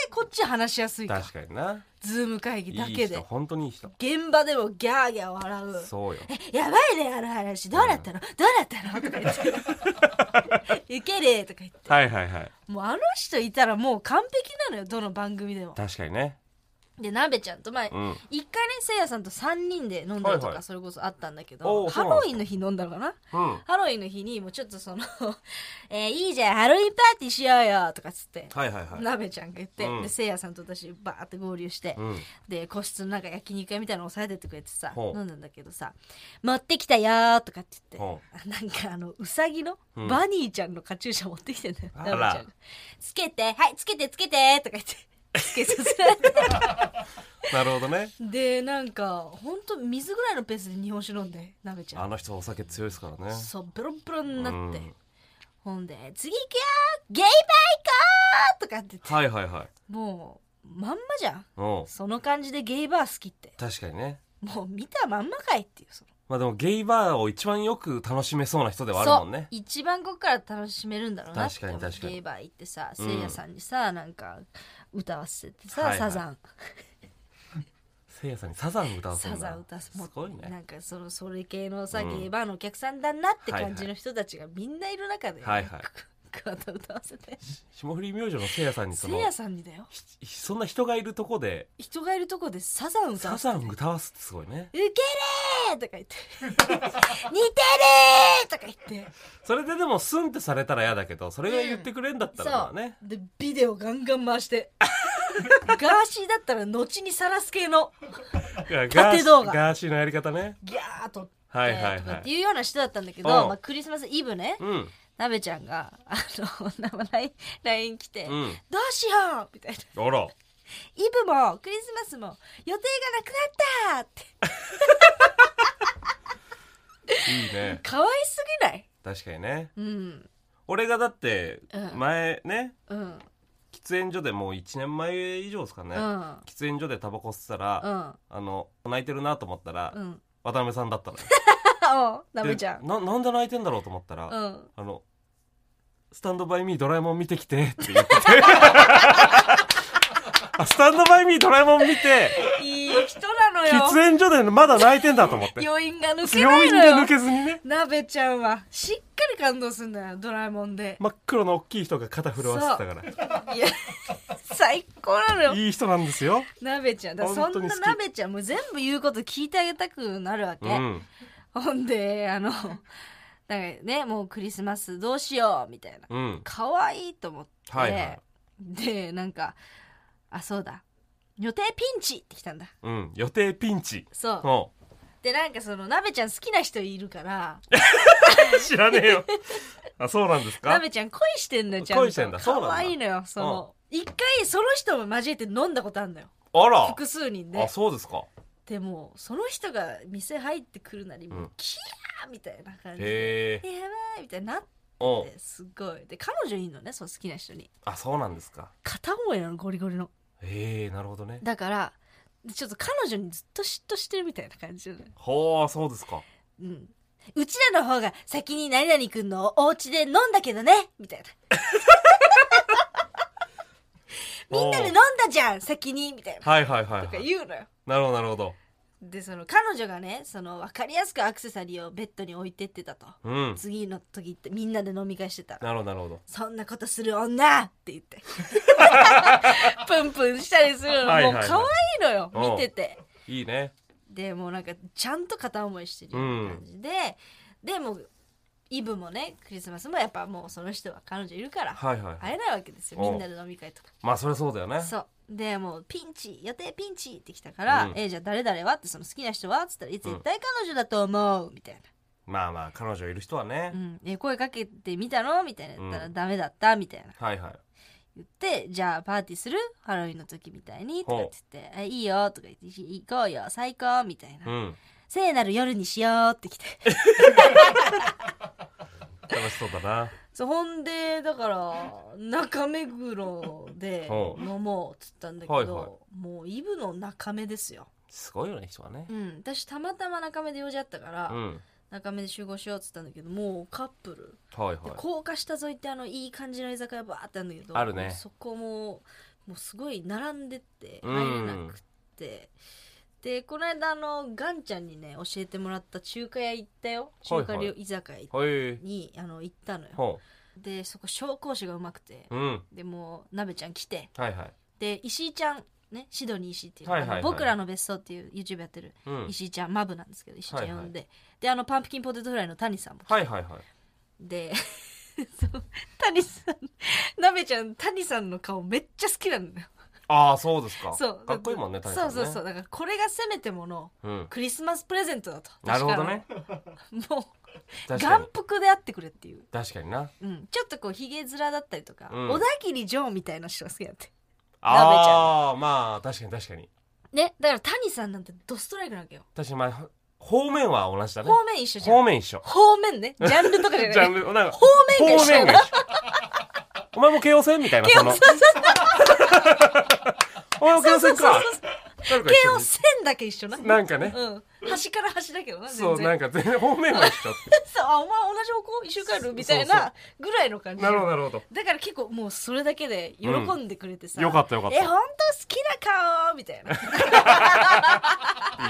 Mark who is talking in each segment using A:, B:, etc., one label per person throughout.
A: けこっち話しやすいか
B: 確かにな
A: ズーム会議だ
B: い
A: け
B: い
A: で
B: 人ほんとにいい人
A: 現場でもギャーギャー笑う
B: そうよ
A: えやばいねあの話どうだったの、どうだったのとか言 って「ウケる」とか言って
B: はいはいはい
A: もうあの人いたらもう完璧なのよどの番組でも
B: 確かにね
A: でなべちゃんと前、
B: うん
A: 一回ねせいやさんと3人で飲んだりと
B: はいは
A: か
B: い
A: それこそあったんだけど、
B: おー
A: ハ
B: そうなんですか
A: ロウィンの日飲んだのかな
B: うん
A: ハロウィンの日にもうちょっとその 「えーいいじゃんハロウィンパーティーしようよ」とかっつって、
B: はいはいはい
A: なべちゃんが言って、
B: うん
A: でせいやさんと私バーって合流して、
B: うん
A: で個室のなんか焼肉屋みたいなの押さえてってくれてさ
B: ほう
A: 飲んだんだけどさ「持ってきたよ」とかって言っ
B: ほ
A: てなんかあのうさぎの
B: うん
A: バニーちゃんのカチューシャ持ってきてんだよ、な
B: あら
A: べちゃんがつけて「はいつけてつけて」とか言って。つけさせられて
B: なるほ どね
A: でなんかほんと水ぐらいのペースで日本酒飲んでなべちゃ
B: あ
A: ん
B: の人お酒強いですからね
A: そうベロンベロンになって、
B: うん
A: ほんで「次行くよゲイバー行こう!」とかって言って
B: はいはいはい
A: もうまんまじゃん
B: うん
A: その感じでゲイバー好きって
B: 確かにね
A: もう見たまんまかいっていうその
B: まあでもゲイバーを一番よく楽しめそうな人ではあるもんね
A: そう一番ここから楽しめるんだろうなって
B: 確かに確かに
A: ゲイバー行ってさ
B: うん
A: せいやさんにさ、なんか歌わせてさ、
B: はいはい
A: サザン
B: せいやさんにサザン歌わせる
A: サザ
B: んだ
A: ン歌わせ
B: すごい
A: な
B: ね
A: んかそのそれ系のさ、
B: うん
A: ゲイバーのお客さんだなって
B: はいはい
A: 感じの人たちがみんないる中で、
B: はいはい
A: クワタ歌わせて
B: 霜降り明星のせいやさんにそ
A: せ
B: の
A: いやさんにだよ
B: ひそんな人がいるとこで
A: 人がいるとこでサザン歌
B: サ
A: わせて
B: ザン歌わすってすごいね
A: ウケるーとか言って 似てるーとか言って
B: それででもスンってされたら嫌だけどそれが言ってくれんだったらまあ ね、
A: でビデオガンガン回してガーシーだったら後にさらす系の
B: いやガー
A: 縦
B: シ
A: 動画
B: ガーシーのやり方ね
A: ギャーっとって
B: はいはいはい
A: とかっていうような人だったんだけど、
B: うん
A: まあ、クリスマスイブね、
B: うん
A: なべちゃんがあの LINE LINE 来て、
B: うん
A: どうしよう!」みたいな
B: あら
A: 「イブもクリスマスも予定がなくなった!」って
B: いいね
A: 可愛すぎない
B: 確かにね
A: うん
B: 俺がだって
A: うん
B: 前ね、
A: うん
B: 喫煙所でもう1年前以上ですかね、
A: うん
B: 喫煙所でタバコ吸ってたら、
A: うん
B: あの泣いてるなと思ったら、
A: うん
B: 渡辺さん だったのよ
A: あなべちゃ
B: で
A: ん
B: ななんで泣いてんだろうと思ったら、
A: うん
B: あの「スタンドバイミードラえもん見てきて」って言って てあスタンドバイミードラえもん見て
A: いい人なの
B: 喫
A: よ
B: 煙所でまだ泣いてんだと思って
A: 余韻が抜けな
B: 病
A: い
B: 院
A: の
B: で
A: よ
B: 抜けずにね
A: なべちゃんはしっかり感動すんだよドラえもんで
B: 真っ黒の大きい人が肩震わせてたから
A: いや最高なのよ
B: いい人なんですよ、
A: なべちゃんだから
B: 本
A: そ
B: 当
A: ん
B: に好
A: な
B: き
A: なべちゃんもう全部言うこと聞いてあげたくなるわけ、
B: うん、
A: ほんであのだからねもうクリスマスどうしようみたいな
B: うん
A: 可愛いと思って、
B: はいはい
A: でなんかあそうだ予定ピンチってきたんだ
B: うん、予定ピンチ
A: そう、
B: も
A: でなんかそのなべちゃん好きな人いるから
B: う知らねえよあそうなんです
A: な
B: か
A: べちゃん恋してんのよちゃんと
B: 恋してんだそうなんだ
A: 可愛いのよその一回その人も交えて飲んだことあるのよ
B: あら
A: 複数人
B: あ
A: で
B: そうですか
A: でもその人が店入ってくるなりも
B: う
A: うんキヤーみたいな感じで、
B: へえ
A: やばいみたいになっ
B: うん
A: てすごいで彼女いいのねそう好きな人に
B: あそうなんですか
A: 片思いなのゴリゴリの
B: へえなるほどね
A: だからちょっと彼女にずっと嫉妬してるみたいな感じなのよ
B: ほうそうですか
A: うんうちらの方が先に何々くんのお家で飲んだけどねみたいなみんなで飲ん
B: お
A: だじゃん先にみたいな
B: うはいはいはい
A: と
B: は
A: か
B: い
A: 言うのよ
B: なるほどなるほど
A: でその彼女がねその分かりやすくアクセサリーをベッドに置いてってたと
B: うん
A: 次の時ってみんなで飲み会してたら
B: なるほどなるほど
A: そんなことする女って言って プンプンしたりするの
B: はい
A: もう
B: はいはい
A: 可愛いのよ
B: うん
A: 見てて
B: いいね
A: でもうなんかちゃんと片思いしてるような感じで、でもうイブもねクリスマスもやっぱもうその人は彼女いるから
B: はいはいはい
A: 会えないわけですよ
B: う
A: み
B: ん
A: んなで飲み会とか
B: まあそりゃそうだよね
A: そうでもうピンチ予定ピンチってきたから「
B: うん
A: えじゃあ誰々は?」ってその好きな人はっつったら「いつ絶対彼女だと思う」みたいな
B: まあまあ彼女いる人はね
A: 「うん、え声かけてみたの?」みたいな言ったら「
B: うん
A: ダメだった」みたいな
B: はいはい
A: 言って「じゃあパーティーするハロウィンの時みたいに」とか言ってて「あいいよ」とか言って「行こうよ最高」みたいな
B: うん
A: 「聖なる夜にしよう」ってきて
B: 楽しそうだな
A: そうほんでだから中目黒で
B: ほう
A: 飲もうっつったんだけど、
B: はいはい
A: もうイブの中目ですよ、
B: すごいよね人はね
A: うん、私たまたま中目で用事あったから、
B: うん
A: 中目で集合しようっつったんだけどもうカップル
B: はい
A: で
B: は
A: 高架下沿いってあのいい感じの居酒屋バーってあるんだけど
B: あるね
A: もうそこももうすごい並んでって
B: うん
A: 入れなくて、でこの間あのガンちゃんにね教えてもらった中華屋行ったよ中華
B: はい
A: 料
B: は
A: 居酒屋
B: いはい
A: に、あの行ったのよ
B: ほ
A: でそこ紹興酒がうまくて
B: ううん
A: でもう鍋ちゃん来て
B: はいはい
A: で石井ちゃんねシドニー石井っていう、
B: はいはいはい
A: あの僕らの別荘っていう YouTube やってる
B: うん
A: 石井ちゃん、マブなんですけど石井ちゃん呼んで、
B: はいはい
A: であのパンプキンポテトフライの谷さんも来て
B: はいはいはい
A: で そう谷さんなべちゃん谷さんの顔めっちゃ好きなのよ
B: ああそうですか
A: そう
B: かっこいいもんね
A: だ
B: 谷
A: っ
B: さん
A: て
B: ね
A: そうそうそうだからこれがせめてもの
B: うん
A: クリスマスプレゼントだと
B: なるほどね
A: 私からのもう
B: 確かに
A: 眼福であってくれっていう、
B: 確かにな
A: うん、ちょっとこうひげ面だったりとか、
B: うん
A: 小田切ジョーみたいな人が好きだって
B: ああまあ確かに確かに
A: ねだから谷さんなんてドストライクなわけよ
B: 確かにまあ方面は同じだね
A: 方面一緒じゃん
B: 方面一緒
A: 方面 ねジャンルとかじゃない
B: ジャンルなんか
A: 方面が一緒
B: 方面が一緒お前も慶応戦みたいなそのお前も慶応
A: そうそ
B: 戦
A: うそ
B: か
A: うそう
B: 誰か
A: 慶
B: 一緒
A: 応
B: に
A: 線だけ一緒な
B: なんかね
A: うん、端から端だけどな全然
B: そうなんか全然方面は一緒って
A: そうあお前同じ方向一緒帰るみたい
B: そうそう
A: なぐらいの感じ
B: なるほどなるほど
A: だから結構もうそれだけで喜んでくれてさ、
B: うんよかったよかった
A: え本当好きな顔みたい な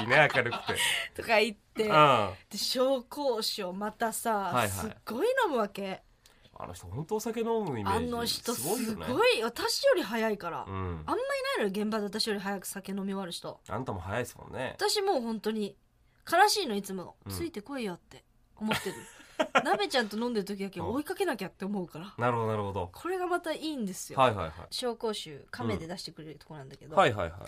B: いいね明るくて
A: とか言って
B: うんあ
A: で紹興酒をまたさ、
B: いはい
A: すっごい飲むわけ
B: の人本当お酒飲むイメージ
A: あの人すごい
B: よね
A: 私より早いから、
B: う
A: あん
B: ん
A: まいないのよ現場で私より早く酒飲み終わる人
B: あんたも早いですもんね
A: 私もう本当に悲しいのいつも、
B: うん
A: ついてこいよって思 ってるなべちゃんと飲んでる時だけ追いかけなきゃって思うから
B: なるほどなるほど
A: これがまたいいんですよ、
B: はいはいはい
A: 紹興酒亀で出してくれるとこなんだけど、
B: はいはいはい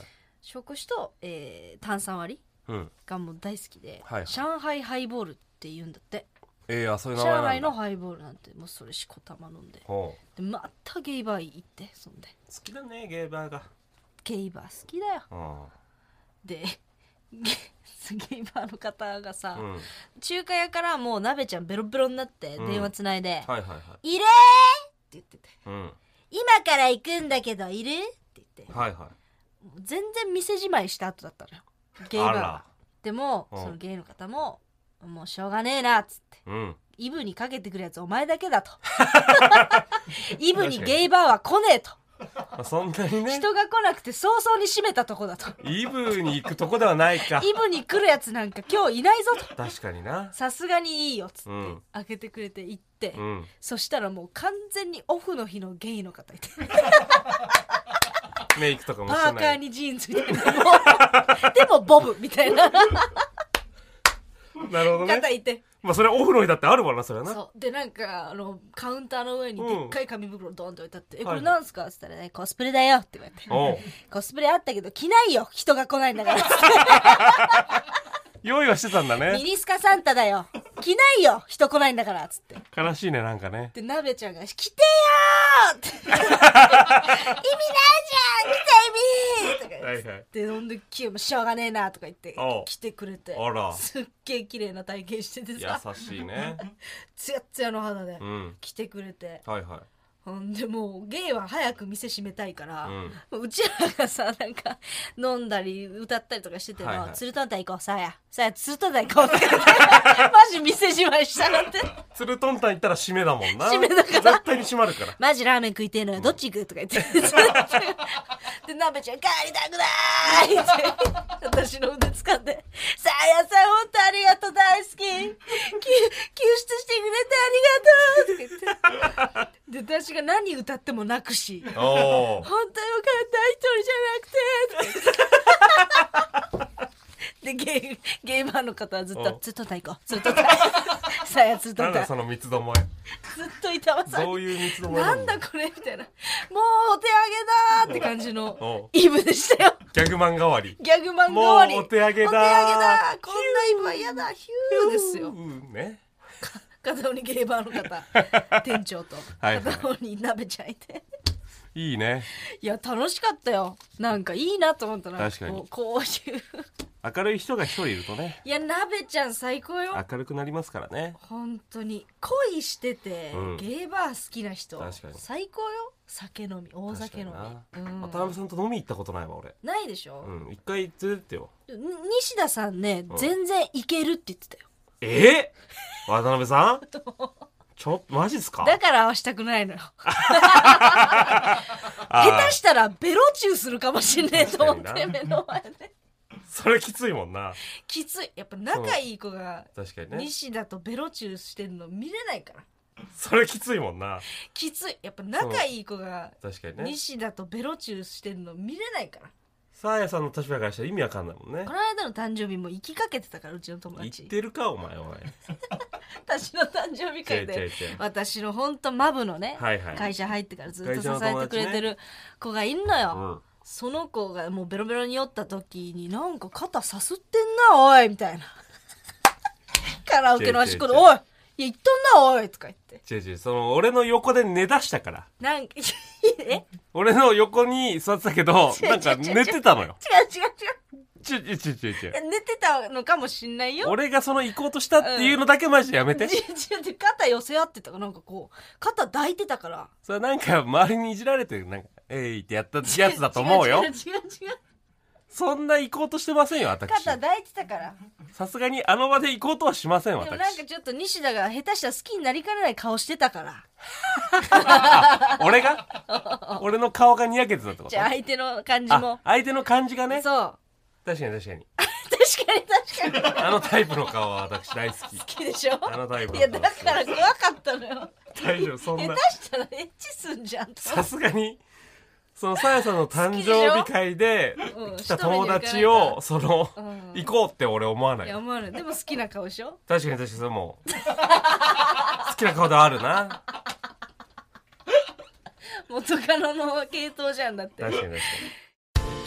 A: 紹興酒と、えー炭酸割り
B: うん
A: がもう大好きで、
B: はいはい
A: 上海ハイボールって言うんだって
B: えー、あそういう名
A: 上
B: 前
A: 海
B: な
A: の
B: んだ
A: ハイボールなんてもうそれしこたま飲んで
B: ほう
A: でまたゲイバー行ってそんで
B: 好きだねゲーバーが
A: ゲイバー好きだよ
B: う
A: でゲゲイバーの方がさ、
B: ん、うん、はい
A: 中華屋からもう鍋ちゃんベロベロになって
B: うん
A: 電話つないで「
B: はいはい
A: いる?」って言ってて
B: うん
A: 「今から行くんだけどいる?」って言って
B: はいは
A: もう全然店じまいした後だったのよゲ
B: い
A: イバ
B: あ
A: ーが
B: ら
A: でも、
B: うん
A: そのゲイの方も「もうしょうがねえな」っつって
B: うん
A: 「イブにかけてくるやつお前だけ だ」と「イブ
B: 確
A: に
B: かに
A: ゲイバーは来ねえ」と
B: まあそんなに
A: 「
B: ね
A: 人が来なくて早々に閉めたとこだ」と
B: イブに行くとこではないか
A: 「イブに来るやつなんか今日いないぞ」と
B: 確か
A: 「
B: にな
A: さすがにいいよ」っつって、
B: うん
A: 開けてくれて行って、
B: うん
A: そしたらもう完全にオフの日のゲイの方いて
B: メイクとかも
A: パ
B: して
A: ーカ
B: な
A: ー
B: い
A: にジーンズみたいなも うでもボブみたいな
B: なるほど
A: 方
B: ね
A: いて
B: まあそれはオフの日だってあるわなそれはな
A: そうでなんかあのカウンターの上に
B: う
A: でっ
B: ん
A: かい紙袋ドンと置いてあって「え
B: い
A: これなんすか?」っつったらね「コスプレだよ」って言われて
B: おう
A: 「コスプレあったけど着ないよ人が来ないんだから
B: 用意はしてたんだ
A: ミ
B: ね
A: ニスカサンタだよ着ないよ人来ないんだから」っつって。
B: 悲しいねなんかね
A: で、鍋ちゃんが、来てよー って。意味ないじゃん来た意味とか言って。
B: はいはい
A: で、ほんで、きもうしょうがねえなとか言って
B: おう、
A: 来てくれて。
B: あら
A: すっげえ綺麗な体型してて
B: 優
A: さ、
B: しいね
A: ツヤッツヤの肌で
B: うん
A: 来てくれて。
B: はいはい
A: ほんで、もう、ゲイは早く店閉めたいから、
B: う
A: うちらがさ、なんか、飲んだり、歌ったりとかしてても、
B: はいはい
A: 鶴とんた行こう、さあや。さあや、鶴とんた行こうって言って。マジ店じまいした なって。
B: ツルトンタン行ったら締めだもんな
A: 締めだから
B: 絶対に締まるから
A: マジラーメン食いてえのよ、どっち行くとか言って。 で、鍋ちゃん、帰りたくないって、私の腕掴んで、さあ、やさん、本当ありがとう、大好き。き救出してくれてありがとうとか言って。で、私が何歌っても泣くし、本
B: おお
A: 当よかった、一人じゃなくて、とか言 って。で、ゲー、ゲーマーの方はずっ
B: お
A: と、ずっと太鼓、ずっと太鼓。さあや、ずっと
B: なん
A: 太鼓。
B: だその三つども
A: ずっと板わされて
B: どういう三つどもえ
A: なんだこれみたいな。もうお手上げだーって感じの
B: う
A: イブでしたよ。
B: ギャグマン代わり
A: ギャグ漫画終わり。
B: もうお手上げ
A: お手上げ
B: だー
A: だーこんなイブは嫌だヒューですよ。
B: うんね
A: 片方にゲーバーの 方、店長と。
B: はいはい
A: 片方に鍋ちゃんいて。
B: いいね
A: いや、楽しかったよ。なんかいいなと思ったな。
B: 確かに
A: こうこういう。
B: 明るい人が一人いるとね
A: いや、鍋ちゃん最高よ。
B: 明るくなりますからね
A: 本当に恋してて、
B: うん
A: ゲーバー好きな人
B: 確かに
A: 最高よ酒飲み大酒飲み、
B: 確かにな
A: うん
B: 渡辺さんと飲み行ったことないわ俺
A: ないでしょ、
B: うん一回連れてってよ
A: に西田さんね、
B: ん
A: 全然いけるって言ってたよ
B: えー渡辺さ んちょっとマジっすか
A: だから合わしたくないのよ
B: あー
A: 下手したらベロチューするかもしんねえと思って
B: 確か
A: 目の前で
B: それきついもんな
A: きついやっぱ仲いい子が
B: 確かにね
A: 西田とベロチューしてるの見れないから
B: それきついもんな
A: きついやっぱ仲いい子が
B: 確かにね
A: 西田とベロチューしてるの見れないから
B: さあやさんの立場からしたら意味わかんないもんね
A: この間の誕生日も行きかけてたからうちの友
B: 言っ
A: 達
B: てるかお前お 前
A: 私の誕生日会
B: 違う違う違う
A: で私のほんとマブのね、
B: はいはい
A: 会社入ってからずっと
B: 会
A: 支
B: 社の
A: え
B: 友
A: て
B: 達
A: く
B: ね
A: れてる子がいんのよ、
B: うん
A: その子がもうベロベロに酔った時になんか肩さすってんなおいみたいな カラオケの端っこで「
B: 違う違う違
A: おいいや言っとんなおい」とか言って
B: 違う違うその俺の横で寝だしたから
A: なんか え違う違う違う
B: 俺の横に座ってたけどなんか寝てたのよちうちうちうちうちう
A: いや寝てたのかもしんないよ
B: 俺がその行こうとしたっていうのだけマジでやめて、
A: 違う違うで肩寄せ合ってたからなんかこう肩抱いてたから
B: それなんか周りにいじられてなんか「えい」ってやったやつだと思うよ
A: 違違違う違う
B: そんな行こうとしてませんよ私
A: 肩抱いてたから
B: さすがにあの場で行こうとはしません
A: でもなん
B: 私
A: かちょっと西田が下手したら好きになりかねない顔してたから
B: 俺が俺の顔がにやけてたってこと
A: じゃあ相手の感じ
B: あ
A: も
B: 相手の感じがね
A: そう
B: 確かに確かに
A: 確かに確かに
B: あのタイプの顔は私大好き
A: 好きでしょ
B: あのタイプ
A: い
B: の
A: や
B: 顔
A: だから怖かったの よ
B: 大丈夫そん
A: 下
B: な
A: 手したらエッチすんじゃんと
B: さすがにそのさやさんの誕生日会で
A: うん
B: 来た友達をその
A: うん
B: 行こうって俺思わない
A: いや思わないでも好きな顔でしょ
B: 確かに確かにそれもう好きな顔ではあるな
A: 元カノの系統じゃんだって
B: 確かに確か